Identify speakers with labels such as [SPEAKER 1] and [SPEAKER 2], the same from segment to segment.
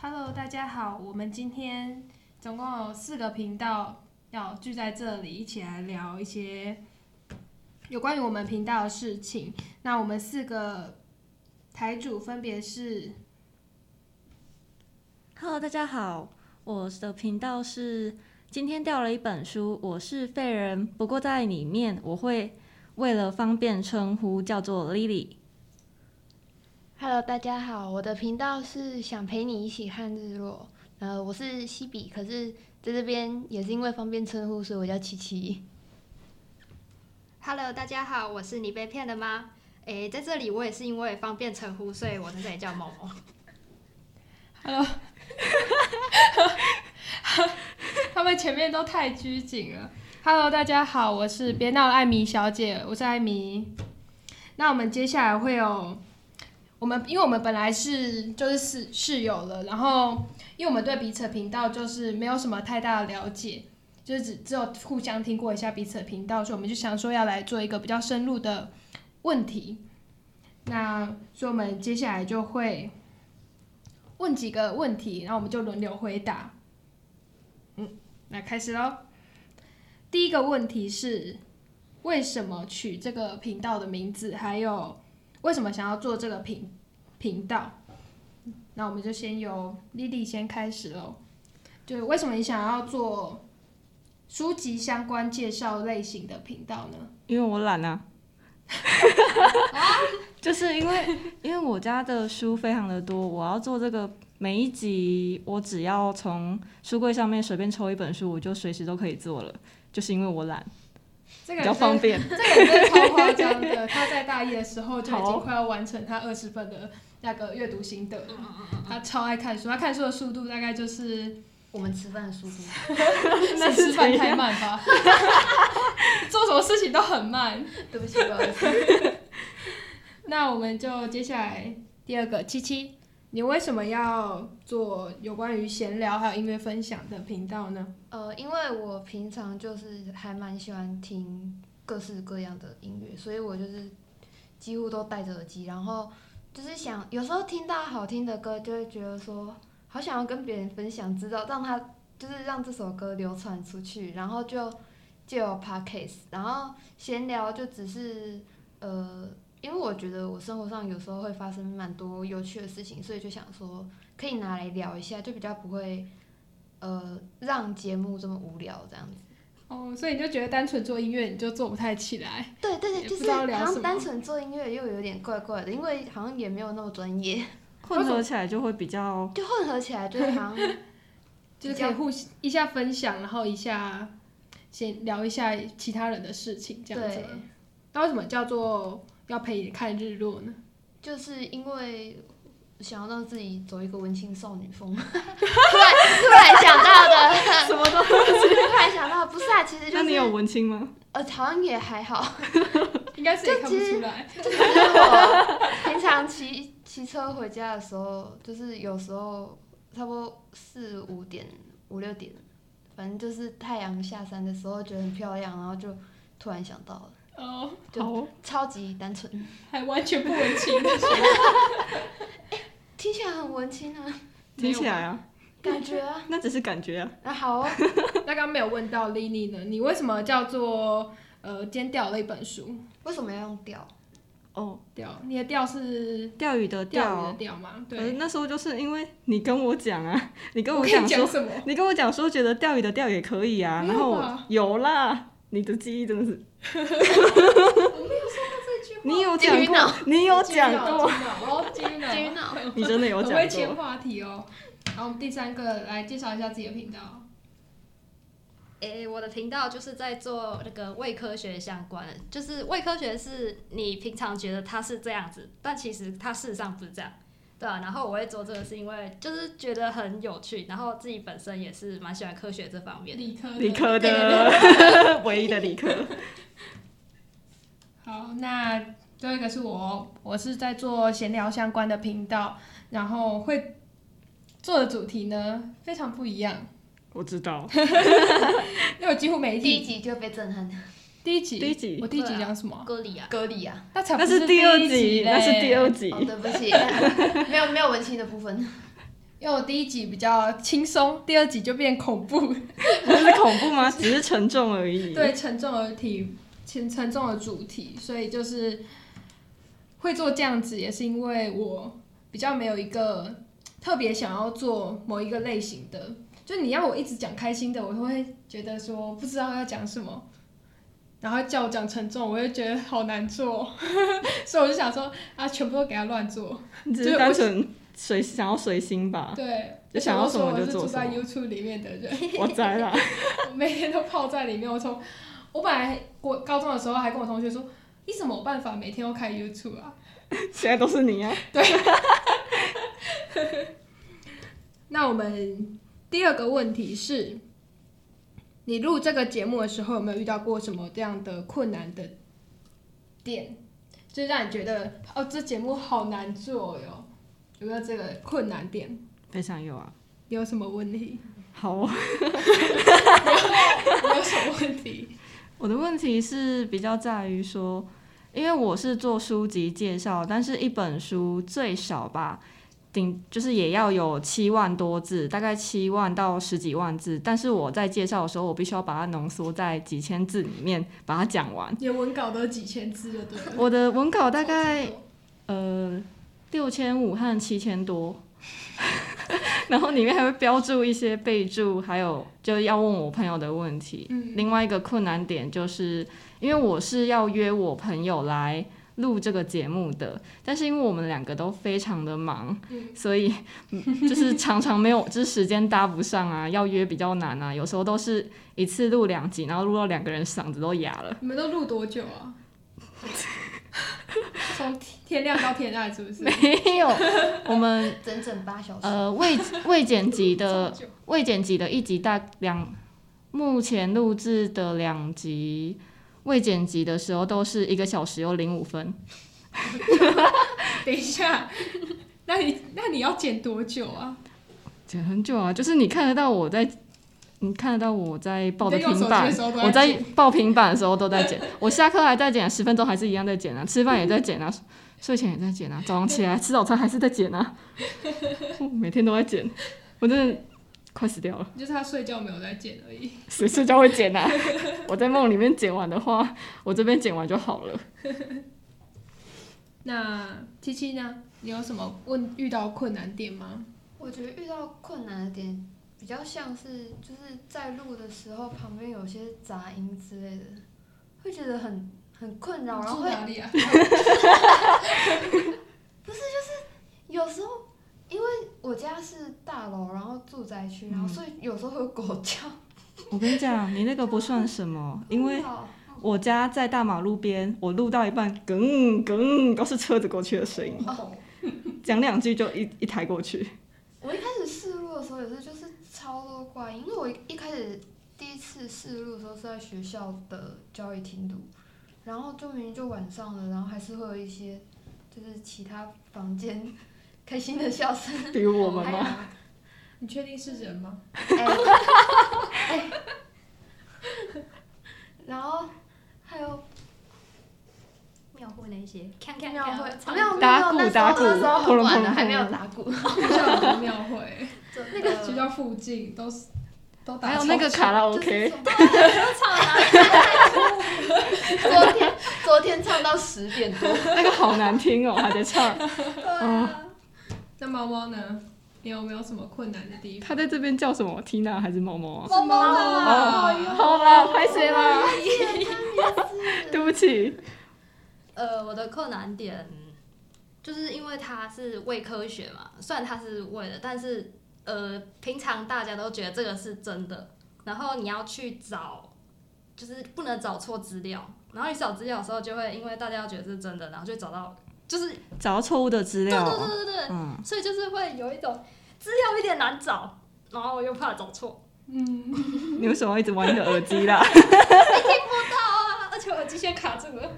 [SPEAKER 1] Hello，大家好，我们今天总共有四个频道要聚在这里，一起来聊一些有关于我们频道的事情。那我们四个台主分别是
[SPEAKER 2] Hello，大家好，我的频道是今天掉了一本书，我是废人，不过在里面我会为了方便称呼叫做 Lily。
[SPEAKER 3] Hello，大家好，我的频道是想陪你一起看日落。呃，我是西比，可是在这边也是因为方便称呼，所以我叫七七。
[SPEAKER 4] Hello，大家好，我是你被骗了吗？诶，在这里我也是因为方便称呼，所以我在这里叫某某。
[SPEAKER 1] 他们前面都太拘谨了。Hello，大家好，我是别闹了艾米小姐，我是艾米。那我们接下来会有我们，因为我们本来是就是室室友了，然后因为我们对彼此的频道就是没有什么太大的了解，就是只只有互相听过一下彼此的频道，所以我们就想说要来做一个比较深入的问题。那所以我们接下来就会问几个问题，然后我们就轮流回答。那开始喽。第一个问题是，为什么取这个频道的名字？还有为什么想要做这个频频道？那我们就先由莉莉先开始喽。就是为什么你想要做书籍相关介绍类型的频道呢？
[SPEAKER 2] 因为我懒啊。 就是因为因为我家的书非常的多，我要做这个每一集，我只要从书柜上面随便抽一本书，我就随时都可以做了。就是因为我懒，
[SPEAKER 1] 这
[SPEAKER 2] 比
[SPEAKER 1] 个
[SPEAKER 2] 较
[SPEAKER 1] 人真
[SPEAKER 2] 方
[SPEAKER 1] 的，
[SPEAKER 2] 便。
[SPEAKER 1] 这个人真的超夸张的。他在大一的时候就已经快要完成他二十分的那个阅读心得了。他超爱看书，他看书的速度大概就是
[SPEAKER 3] 我们吃饭的速度，
[SPEAKER 1] 那
[SPEAKER 2] 是
[SPEAKER 1] 吃饭
[SPEAKER 2] 怎
[SPEAKER 1] 太
[SPEAKER 2] 样
[SPEAKER 1] 慢吧，做什么事情都很慢。
[SPEAKER 3] 对不起，不好意思。
[SPEAKER 1] 那我们就接下来第二个七七，你为什么要做有关于闲聊还有音乐分享的频道呢？
[SPEAKER 3] 呃，因为我平常就是还蛮喜欢听各式各样的音乐，所以我就是几乎都戴着耳机，然后就是想有时候听到好听的歌，就会觉得说好想要跟别人分享，知道让他就是让这首歌流传出去，然后就就有 podcast，然后闲聊就只是呃，因为我觉得我生活上有时候会发生蛮多有趣的事情，所以就想说可以拿来聊一下，就比较不会。呃，让节目这么无聊这样子。
[SPEAKER 1] 哦，所以你就觉得单纯做音乐你就做不太起来。
[SPEAKER 3] 对对
[SPEAKER 1] 也
[SPEAKER 3] 对，
[SPEAKER 1] 不
[SPEAKER 3] 就
[SPEAKER 1] 知
[SPEAKER 3] 是
[SPEAKER 1] 道
[SPEAKER 3] 好
[SPEAKER 1] 聊什么
[SPEAKER 3] 像单纯做音乐又有点怪怪的，因为好像也没有那么专业，
[SPEAKER 2] 混合起来就会比 较
[SPEAKER 3] 就混合起来就是好像
[SPEAKER 1] 就是可以互相一下分享，然后一下先聊一下其他人的事情，这样子
[SPEAKER 3] 对
[SPEAKER 1] 吗。，那为什么叫做要陪你看日落呢？
[SPEAKER 3] 就是因为想要让自己走一个文青少女风，突然 突然想到的，
[SPEAKER 2] 什么都。
[SPEAKER 3] 突然想到，不是啊，其实就
[SPEAKER 2] 那你有
[SPEAKER 3] 是
[SPEAKER 2] 文青吗？
[SPEAKER 3] 呃，好像也还好，
[SPEAKER 1] 应该是也
[SPEAKER 3] 就
[SPEAKER 1] 看
[SPEAKER 3] 其
[SPEAKER 1] 不
[SPEAKER 3] 实
[SPEAKER 1] 出来。
[SPEAKER 3] 就是我平常骑骑车回家的时候，就是有时候差不多四五点、五六点，反正就是太阳下山的时候，觉得很漂亮，然后就突然想到了，
[SPEAKER 1] 哦，
[SPEAKER 3] 就
[SPEAKER 2] 好哦
[SPEAKER 3] 超级单纯，
[SPEAKER 1] 还完全不文青，
[SPEAKER 3] 听起来很文青啊，
[SPEAKER 2] 听起来啊，
[SPEAKER 3] 感觉啊，
[SPEAKER 2] 那只是感觉啊。
[SPEAKER 3] 那好哦，
[SPEAKER 1] 那刚刚没有问到 Lily 呢，你为什么叫做呃今天掉了一本书？
[SPEAKER 3] 为什么要用调？
[SPEAKER 2] 哦，
[SPEAKER 1] 掉，你的掉是
[SPEAKER 2] 钓鱼的
[SPEAKER 1] 钓鱼的
[SPEAKER 2] 钓。
[SPEAKER 1] 掉吗？
[SPEAKER 2] 可是
[SPEAKER 1] 对，
[SPEAKER 2] 那时候就是因为你跟呃我讲啊， 你跟
[SPEAKER 1] 我跟
[SPEAKER 2] 讲
[SPEAKER 1] 你
[SPEAKER 2] 说
[SPEAKER 1] 讲，什么？
[SPEAKER 2] 你跟我讲说觉得钓鱼的钓也可以啊，
[SPEAKER 1] 没有
[SPEAKER 2] 然后我
[SPEAKER 1] 吧
[SPEAKER 2] 有啦，你的记忆真的 是，你有
[SPEAKER 3] 金
[SPEAKER 2] 讲
[SPEAKER 3] 鱼
[SPEAKER 2] 过
[SPEAKER 3] 脑，
[SPEAKER 2] 你有讲过，
[SPEAKER 1] 金鱼脑，哦，金鱼脑，
[SPEAKER 3] 金鱼脑，
[SPEAKER 2] 你真的有
[SPEAKER 1] 很
[SPEAKER 2] 讲
[SPEAKER 1] 会切
[SPEAKER 2] 过。
[SPEAKER 1] 话题哦。好，我们第三个来介绍一下自己的频道。
[SPEAKER 4] 诶，我的频道就是在做那个伪科学相关的，就是伪科学是你平常觉得它是这样子，但其实它事实上不是这样，对啊。然后我会做这个是因为就是觉得很有趣，然后自己本身也是蛮喜欢科学这方面的。
[SPEAKER 1] 理科的，
[SPEAKER 2] 理科的， 唯一的理科，
[SPEAKER 1] 好，那最后一个是我，哦我是在做闲聊相关的频道，然后会做的主题呢非常不一样，
[SPEAKER 2] 我知道。
[SPEAKER 1] 因为我几乎每一
[SPEAKER 3] 第一
[SPEAKER 1] 集
[SPEAKER 3] 集就被震撼，
[SPEAKER 1] 第一集
[SPEAKER 2] 第一集
[SPEAKER 1] 我第一集
[SPEAKER 4] 对啊
[SPEAKER 1] 讲什么啊？
[SPEAKER 4] 歌里啊，
[SPEAKER 3] 隔离啊，
[SPEAKER 1] 那才不
[SPEAKER 2] 那
[SPEAKER 1] 是
[SPEAKER 2] 第二
[SPEAKER 1] 一集
[SPEAKER 2] 集，那是
[SPEAKER 1] 嘞哦
[SPEAKER 2] 第二集
[SPEAKER 3] 哦，。对不起，没有没有文青的部分，
[SPEAKER 1] 因为我第一集比较轻松，第二集就变恐怖，
[SPEAKER 2] 不是恐怖吗？只是沉重而已。
[SPEAKER 1] 对沉重的题，沉沉重的主题，所以就是会做这样子，也是因为我比较没有一个特别想要做某一个类型的。就你要我一直讲开心的，我会觉得说不知道要讲什么，然后叫我讲沉重，我会觉得好难做， 所以我就想说啊，全部都给他乱做。
[SPEAKER 2] 你只是单纯随想要随 心吧。
[SPEAKER 1] 对，
[SPEAKER 2] 啊就想要什么
[SPEAKER 1] 我
[SPEAKER 2] 就
[SPEAKER 1] 是
[SPEAKER 2] 做
[SPEAKER 1] 住
[SPEAKER 2] 什么
[SPEAKER 1] 在 YouTube 里面的人。
[SPEAKER 2] 我栽了，
[SPEAKER 1] 我每天都泡在里面。我从我本来我高中的时候还跟我同学说，你怎么办法每天都开 YouTube 啊？
[SPEAKER 2] 现在都是你啊。
[SPEAKER 1] 那我们第二个问题是，你录这个节目的时候有没有遇到过什么这样的困难的点，就是让你觉得哦，这节目好难做哟？有没有这个困难点？
[SPEAKER 2] 非常有啊。
[SPEAKER 1] 你有什么问题？
[SPEAKER 2] 好哦，
[SPEAKER 1] 你有什么问题？
[SPEAKER 2] 我的问题是比较在于说，因为我是做书籍介绍，但是一本书最少吧，顶就是也要有七万多字，大概七万到十几万字。但是我在介绍的时候，我必须要把它浓缩在几千字里面把它讲完。
[SPEAKER 1] 你的文稿都有几千字就对了。
[SPEAKER 2] 我的文稿大概呃六千五和七千多， 然后里面还会标注一些备注，还有就要问我朋友的问题。
[SPEAKER 1] 嗯
[SPEAKER 2] 另外一个困难点就是，因为我是要约我朋友来录这个节目的，但是因为我们两个都非常的忙，
[SPEAKER 1] 嗯
[SPEAKER 2] 所以嗯就是常常没有，就是时间搭不上啊，要约比较难啊。有时候都是一次录两集，然后录到两个人嗓子都哑了。
[SPEAKER 1] 你们都录多久啊？从天亮到天暗是不是？
[SPEAKER 2] 没有，我们
[SPEAKER 3] 整整八小时。
[SPEAKER 2] 呃未未剪辑
[SPEAKER 1] 这
[SPEAKER 2] 的
[SPEAKER 1] 么久
[SPEAKER 2] 未剪辑的一集大两，目前录制的两集未剪辑的时候都是一个小时又零五分，
[SPEAKER 1] 等一下， 那你那你要剪多久啊？
[SPEAKER 2] 剪很久啊，就是你看得到我在。你看得到我在抱着
[SPEAKER 1] 你在用
[SPEAKER 2] 平
[SPEAKER 1] 手
[SPEAKER 2] 板
[SPEAKER 1] 机的时候都，在
[SPEAKER 2] 我在抱平板的时候都在剪，我下课还在剪，啊十分钟还是一样在剪啊，吃饭也在剪啊，睡前也在剪啊，早上起来吃早餐还是在剪啊，我每天都在剪，我真的快死掉了。
[SPEAKER 1] 就是他睡觉没有在剪而已。
[SPEAKER 2] 谁睡觉会剪啊？ 我在梦里面剪完的话，我这边剪完就好了。
[SPEAKER 1] 那七七呢？你有什么问遇到困难点吗？
[SPEAKER 3] 我觉得遇到困难的点比较像是就是在录的时候旁边有些杂音之类的，会觉得很很困扰，然后
[SPEAKER 1] 住
[SPEAKER 3] 会
[SPEAKER 1] 哪里啊？
[SPEAKER 3] 有时候因为我家是大楼，然后住宅区，然后所以有时候会有狗叫，
[SPEAKER 2] 我跟你讲，你那个不算什么，因为
[SPEAKER 3] 好
[SPEAKER 2] 我家在大马路边，我录到一半，梗梗都是车子过去的声音，
[SPEAKER 3] 哦，
[SPEAKER 2] 讲两句就一一台过 去。
[SPEAKER 3] 我一开始试录的时候也是就是超多怪音，因为我一开始第一次试录的时候是在学校的教育厅录，然后就明明就晚上了，然后还是会有一些就是其他房间 开心的笑声。
[SPEAKER 2] 比如我们
[SPEAKER 3] 还有
[SPEAKER 2] 吗？
[SPEAKER 1] 你确定是人吗？
[SPEAKER 3] 哎，哎然后还有
[SPEAKER 2] 哦
[SPEAKER 4] 庙会那一些，看看
[SPEAKER 3] 庙
[SPEAKER 4] 看
[SPEAKER 3] 会，
[SPEAKER 4] 唱
[SPEAKER 3] 没有没
[SPEAKER 2] 打
[SPEAKER 3] 有
[SPEAKER 2] 鼓
[SPEAKER 3] 那时
[SPEAKER 2] 打鼓
[SPEAKER 3] 候那时候
[SPEAKER 2] 轰
[SPEAKER 3] 很
[SPEAKER 2] 隆
[SPEAKER 3] 晚
[SPEAKER 2] 轰
[SPEAKER 3] 了，
[SPEAKER 2] 隆
[SPEAKER 3] 还没有打鼓。
[SPEAKER 1] 学校有庙 会，呃
[SPEAKER 4] 那
[SPEAKER 1] 那
[SPEAKER 4] 个
[SPEAKER 1] 个学校附近都是都打。
[SPEAKER 2] 还有那个卡拉
[SPEAKER 3] 就 是
[SPEAKER 2] OK，
[SPEAKER 3] 从
[SPEAKER 4] 唱啊，
[SPEAKER 3] 昨天昨天唱到十点多，
[SPEAKER 2] 那个好难听哦，还在唱。嗯，
[SPEAKER 1] 那猫猫呢？你有没有什么困难的地方？
[SPEAKER 2] 他在这边叫什么？Tina 还是猫猫啊？
[SPEAKER 1] 猫猫啊
[SPEAKER 3] 哦
[SPEAKER 2] 好啦，拍谁啦？对
[SPEAKER 3] 啊是
[SPEAKER 2] 不起，
[SPEAKER 4] 呃，我的困难点就是因为它是伪科学嘛，虽然它是伪的，但是呃，平常大家都觉得这个是真的，然后你要去找，就是不能找错资料，然后你找资料的时候就会因为大家都觉得是真的，然后就找到就是
[SPEAKER 2] 找到错误的资
[SPEAKER 4] 对
[SPEAKER 2] 料
[SPEAKER 4] 对
[SPEAKER 2] 哦。
[SPEAKER 4] 对对对，
[SPEAKER 2] 嗯，
[SPEAKER 4] 所以就是会有一种资料有点难找， 然后我又怕找错，
[SPEAKER 1] 嗯，
[SPEAKER 2] 你为什么要一直玩你的耳机啦？
[SPEAKER 4] 啊而且我机械卡住 了，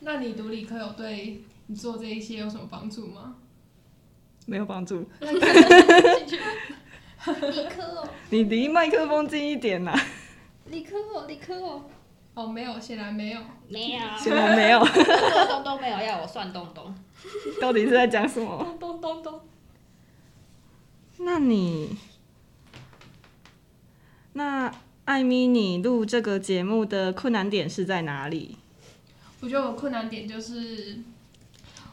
[SPEAKER 1] 那你读理科有对你做这一些有什么帮助吗？
[SPEAKER 2] 没有帮助，
[SPEAKER 4] 理科哦，哦
[SPEAKER 2] 你离麦克风近一点啦。
[SPEAKER 4] 理科哦，理科哦，
[SPEAKER 1] 哦，没有，显然没有。
[SPEAKER 4] 没有，
[SPEAKER 2] 什么没有？
[SPEAKER 4] 东东没有要我算东东，
[SPEAKER 2] 到底是在讲什么？
[SPEAKER 1] 咚咚咚咚，
[SPEAKER 2] 那你，那艾米，你录这个节目的困难点是在哪里？
[SPEAKER 1] 我觉得我困难点就是，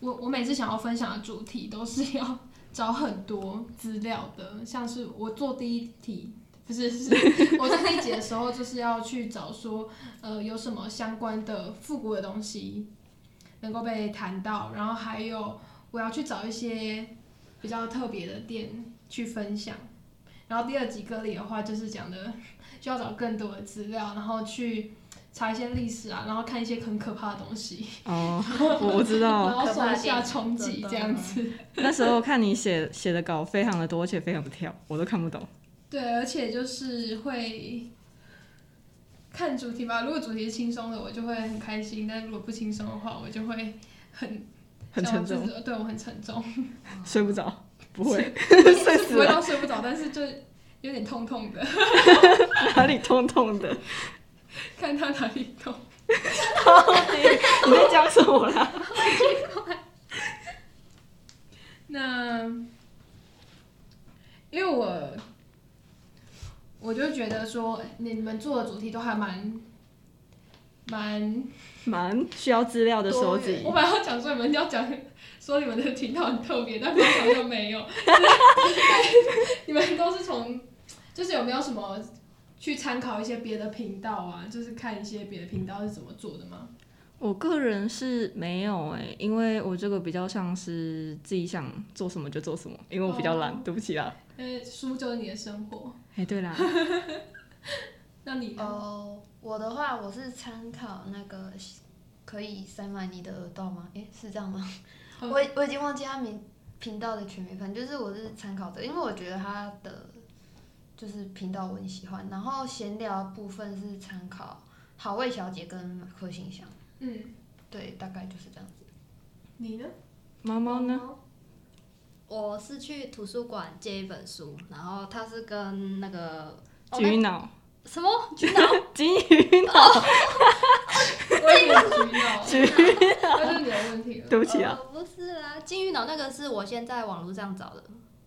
[SPEAKER 1] 我我每次想要分享的主题都是要找很多资料的，像是我做第一题。不是，是我做第一节的时候，就是要去找说，呃，有什么相关的复古的东西能够被谈到，然后还有我要去找一些比较特别的店去分享。然后第二集歌里的话，就是讲的需要找更多的资料，然后去查一些历史啊，然后看一些很可怕的东西。
[SPEAKER 2] 哦，我我知道，
[SPEAKER 1] 然后受一下冲击这
[SPEAKER 2] 嗯
[SPEAKER 1] 样子。
[SPEAKER 2] 那时候看你写写的稿非常的多，而且非常的跳，我都看不懂。
[SPEAKER 1] 对，而且就是会看主题吧。如果主题是轻松的，我就会很开心；但如果不轻松的话，我就会很
[SPEAKER 2] 很沉重
[SPEAKER 1] 像我自己对我很沉 重，
[SPEAKER 2] 睡不着，不会
[SPEAKER 1] 睡
[SPEAKER 2] 死了
[SPEAKER 1] 不会到睡不着，但是就有点痛痛的，
[SPEAKER 2] 哪里痛痛的？
[SPEAKER 1] 看他哪里痛。
[SPEAKER 2] 你在讲什么啦？
[SPEAKER 1] 那因为我我就觉得说，你们做的主题都还蛮蛮
[SPEAKER 2] 蛮需要资料的收集
[SPEAKER 1] 我，本来要讲说你们要讲说你们的频道很特别，但没想到没有， 你们都是从就是有没有什么去参考一些别的频道啊？就是看一些别的频道是怎么做的吗？
[SPEAKER 2] 我个人是没有哎、因为我这个比较像是自己想做什么就做什么，因为我比较懒，
[SPEAKER 1] 哦
[SPEAKER 2] 对不起啦。
[SPEAKER 1] 因为书就是你的生活，
[SPEAKER 2] 哎、对啦，
[SPEAKER 1] 那你呢
[SPEAKER 3] 哦，我的话我是参考那个可以塞满你的耳道吗？诶，是这样吗？
[SPEAKER 1] 嗯
[SPEAKER 3] 我我已经忘记他名频道的全名，反正就是我是参考的，因为我觉得他的就是频道我很喜欢。然后闲聊部分是参考好味小姐跟马克信箱，
[SPEAKER 1] 嗯，
[SPEAKER 3] 对，大概就是这样子。
[SPEAKER 1] 你呢？
[SPEAKER 2] 猫猫呢？
[SPEAKER 4] 我是去图书馆借一本书，然后它是跟那个哦
[SPEAKER 2] 菊脑，
[SPEAKER 4] 那什么
[SPEAKER 2] 菊脑， 金鱼脑，
[SPEAKER 1] 我也 有举手，那就是你的问题了。
[SPEAKER 2] 对不起啊。
[SPEAKER 4] 哦不是啦，金鱼脑那个是我先在网络上找的，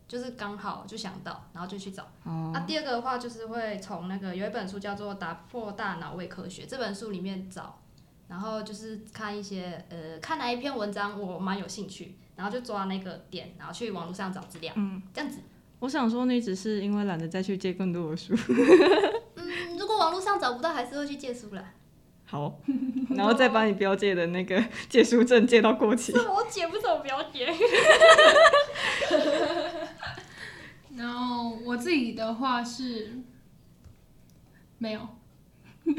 [SPEAKER 4] 就是刚好就想到，然后就去找。
[SPEAKER 2] 哦
[SPEAKER 4] 那、，第二个的话，就是会从那个有一本书叫做《打破大脑伪科学》这本书里面找，然后就是看一些呃，看哪一篇文章我蛮有兴趣，然后就抓那个点，然后去网络上找资料，
[SPEAKER 2] 嗯，
[SPEAKER 4] 这样子。
[SPEAKER 2] 我想说你只是因为懒得再去借更多的书，
[SPEAKER 4] 嗯，如果网络上找不到，还是会去借书啦。
[SPEAKER 2] 好， 然后再把你标借的那个借书证借到过期。
[SPEAKER 4] 这我姐不是我表姐。
[SPEAKER 1] 然后我自己的话是没有。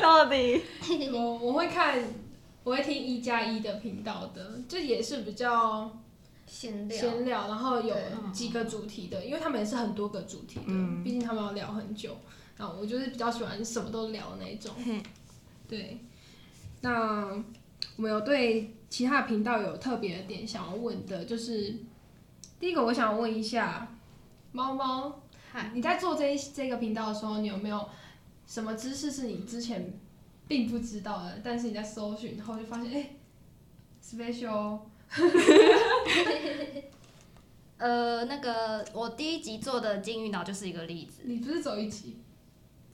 [SPEAKER 2] 到底
[SPEAKER 1] 我我会看，我会听一加一的频道的，这也是比较
[SPEAKER 3] 闲 聊，
[SPEAKER 1] 闲聊，然后有
[SPEAKER 3] 对
[SPEAKER 1] 几个主题的，因为他们也是很多个主题的，
[SPEAKER 2] 嗯
[SPEAKER 1] 毕竟他们要聊很久。然后我就是比较喜欢什么都聊的那一种。对，那我们有对其他频道有特别的点想要问的，就是第一个我想问一下猫猫
[SPEAKER 3] 嗨，
[SPEAKER 1] 你在做这一这个频道的时候，你有没有什么知识是你之前并不知道的，但是你在搜寻后就发现，哎、s p e c i a l
[SPEAKER 4] 呃，那个我第一集做的金鱼脑就是一个例子。
[SPEAKER 1] 你不是走一集？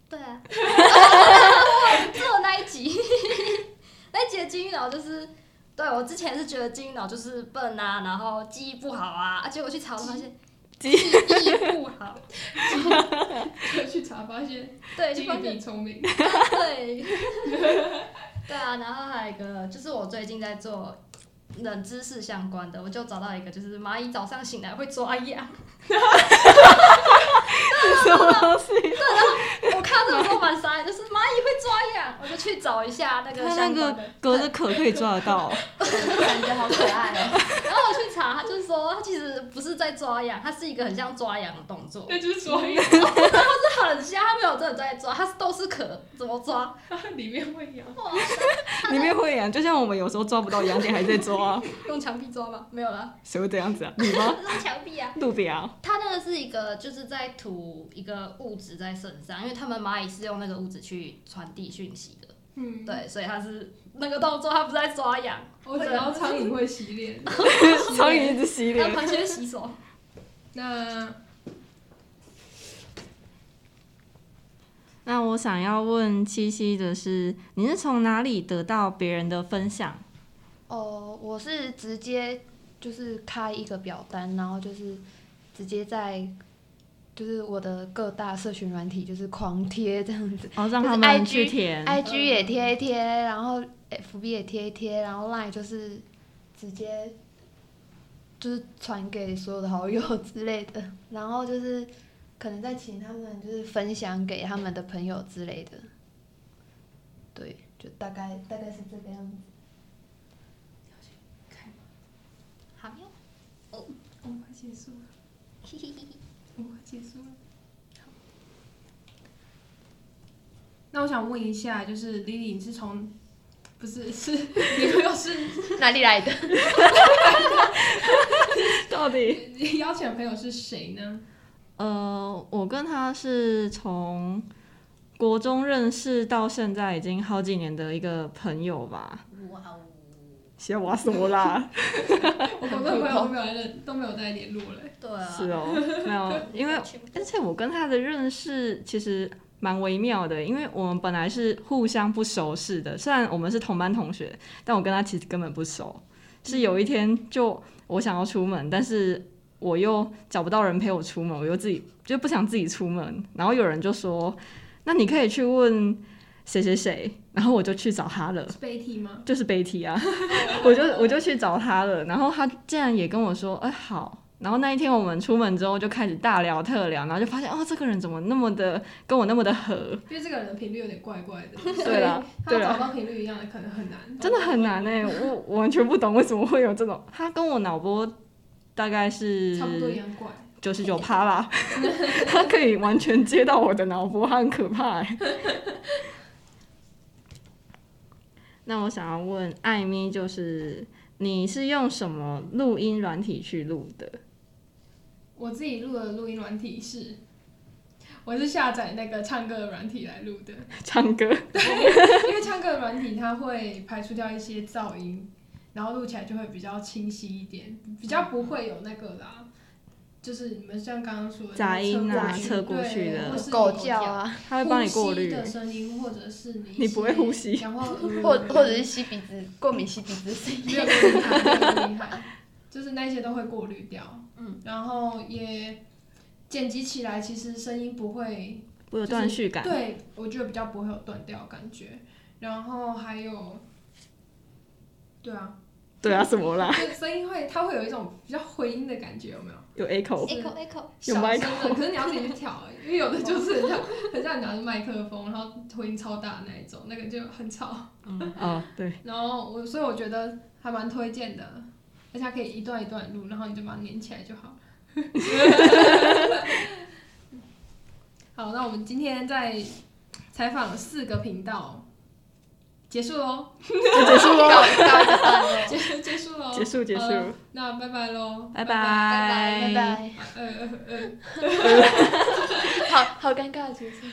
[SPEAKER 4] 对啊，做那一集， 那一集的金鱼脑就是，对我之前是觉得金鱼脑就是笨啊，然后记忆不好啊，啊结果去查发现
[SPEAKER 2] 记
[SPEAKER 4] 记忆不 好，
[SPEAKER 1] 就去查发现，
[SPEAKER 4] 对，就
[SPEAKER 1] 金
[SPEAKER 4] 发
[SPEAKER 1] 鱼
[SPEAKER 4] 现
[SPEAKER 1] 比聪明。
[SPEAKER 4] 对，对啊，然后还有一个就是我最近在做。冷知识相关的，我就找到一个，就是蚂蚁早上醒来会抓痒。
[SPEAKER 2] 什么东 西？
[SPEAKER 4] 我看到的时候蛮傻眼，就是蚂蚁会抓痒，我就去找一下那个
[SPEAKER 2] 它那
[SPEAKER 4] 相关
[SPEAKER 2] 个
[SPEAKER 4] 的。
[SPEAKER 2] 隔着壳可以抓得到哦，
[SPEAKER 3] 感觉好可爱哦。
[SPEAKER 4] 然后我去查，他就说他其实不是在抓痒，他是一个很像抓痒的动作，
[SPEAKER 1] 那就是所以
[SPEAKER 4] 是很像，他没有真的在抓，他是都是壳，怎么抓？
[SPEAKER 1] 里面会痒。
[SPEAKER 2] 里面会痒，就像我们有时候抓不到痒点还在 抓、啊，
[SPEAKER 4] 用墙壁抓吗？没有啦，
[SPEAKER 2] 谁会这样子啊？你 吗？
[SPEAKER 4] 用墙壁啊。
[SPEAKER 2] 杜比啊？
[SPEAKER 4] 他那个是一个就是在涂一个物质在身上，因为他们蚂蚁是用那个物质去传递讯息的，
[SPEAKER 1] 嗯，
[SPEAKER 4] 对，所以他是那个动作，他不是在抓痒，
[SPEAKER 1] 我只要苍蝇会洗脸。
[SPEAKER 2] 苍蝇一直洗
[SPEAKER 4] 让
[SPEAKER 2] 脸，
[SPEAKER 4] 螃蟹洗手。
[SPEAKER 1] 那
[SPEAKER 2] 那我想要问七七的是，你是从哪里得到别人的分享？
[SPEAKER 3] 哦，我是直接就是开一个表单，然后就是直接在就是我的各大社群软体就是狂贴这样子、
[SPEAKER 2] 哦，让
[SPEAKER 3] 就是
[SPEAKER 2] 他们
[SPEAKER 3] IG
[SPEAKER 2] 去填。
[SPEAKER 3] i g 也贴一贴，然后 FB 也贴一贴，然后 Line 就是直接就是传给所有的好友之类的，然后就是可能再请他们就是分享给他们的朋友之类的，对，就大概大概是这个样子。
[SPEAKER 4] 好没有，
[SPEAKER 1] 我快结束 了，
[SPEAKER 4] 嘿嘿嘿嘿
[SPEAKER 1] 我快结束了。那我想问一下，就是 Lily，你是从不是 是女朋友是
[SPEAKER 3] 哪里来的？
[SPEAKER 2] 到底？
[SPEAKER 1] 你邀请的朋友是谁呢？
[SPEAKER 2] 呃，我跟他是从国中认识到现在已经好几年的一个朋友吧。
[SPEAKER 4] 哇哦！
[SPEAKER 2] 写我什么啦？
[SPEAKER 1] 我跟朋友都没有在认都没有在联络了。
[SPEAKER 4] 对 啊，
[SPEAKER 2] 是哦，没有，因为而且我跟他的认识其实蛮微妙的，因为我们本来是互相不熟识的，虽然我们是同班同学，但我跟他其实根本不熟。是有一天就我想要出门，但是我又找不到人陪我出门，我又自己就不想自己出门，然后有人就说：“那你可以去问谁谁谁。”然后我就去找他了。
[SPEAKER 1] 是 Betty 吗？
[SPEAKER 2] 就是 Betty 啊， 我就我就去找他了，然后他竟然也跟我说，哎、好。然后那一天我们出门之后就开始大聊特聊，然后就发现哦，这个人怎么那么的跟我那么的合，
[SPEAKER 1] 因为这个人的频率有点怪怪的，
[SPEAKER 2] 对啦，
[SPEAKER 1] 所以
[SPEAKER 2] 对
[SPEAKER 1] 他
[SPEAKER 2] 啦
[SPEAKER 1] 找到频率一样的可能很难。
[SPEAKER 2] 真的很难哎、我我完全不懂为什么会有这种。他跟我脑波大概是
[SPEAKER 1] 差不多一样怪。
[SPEAKER 2] 九十九趴 啦，他可以完全接到我的脑波，他很可怕、欸。 那我想要问艾米，就是你是用什么录音软体去录的？
[SPEAKER 1] 我自己录的录音软体是，我是下载那个唱歌的软体来录的，
[SPEAKER 2] 唱 歌？
[SPEAKER 1] 因为唱歌的软体它会排除掉一些噪音，然后录起来就会比较清晰一点，比较不会有那个啦，就是你们像刚刚说的
[SPEAKER 2] 杂音啊
[SPEAKER 1] 侧
[SPEAKER 2] 侧过去的
[SPEAKER 1] 对或是
[SPEAKER 3] 狗
[SPEAKER 1] 你
[SPEAKER 3] 叫啊。
[SPEAKER 2] 他会帮你过
[SPEAKER 1] 呼吸
[SPEAKER 2] 滤
[SPEAKER 1] 的声音，或者是你
[SPEAKER 2] 你不会呼吸
[SPEAKER 1] 然后
[SPEAKER 3] 或或者是吸鼻子过敏吸鼻子声 音。
[SPEAKER 1] 没有那么厉害，没有那么厉害，就是那些都会过滤掉，
[SPEAKER 4] 嗯，
[SPEAKER 1] 然后也剪辑起来，其实声音不会
[SPEAKER 2] 会有断续感。
[SPEAKER 1] 对，我觉得比较不会有断掉的感觉。然后还有，对啊，
[SPEAKER 2] 对啊，什么啦？
[SPEAKER 1] 就声音会，它会有一种比较回音的感觉，有没有？
[SPEAKER 2] 有 echo，
[SPEAKER 4] echo echo，
[SPEAKER 2] 有
[SPEAKER 1] 小声的，
[SPEAKER 2] micro
[SPEAKER 1] 可是你要自己去调、因为有的就是很像很像你拿着麦克风，然后回音超大的那一种，那个就很吵。
[SPEAKER 2] 哦，对，
[SPEAKER 1] 然后我，所以我觉得还蛮推荐的，而且它可以一段一段录，然后你就把它连起来就好。 好，那我们今天在采访了四个频道，结束喽。
[SPEAKER 2] 就结束
[SPEAKER 3] 搞
[SPEAKER 2] 喽，
[SPEAKER 3] 搞一个段落
[SPEAKER 1] 结结束喽，
[SPEAKER 2] 结束结束，
[SPEAKER 1] 呃那拜拜喽，
[SPEAKER 2] 拜
[SPEAKER 4] 拜
[SPEAKER 3] 拜拜，
[SPEAKER 1] 呃呃呃。
[SPEAKER 3] 好好尴尬的结束。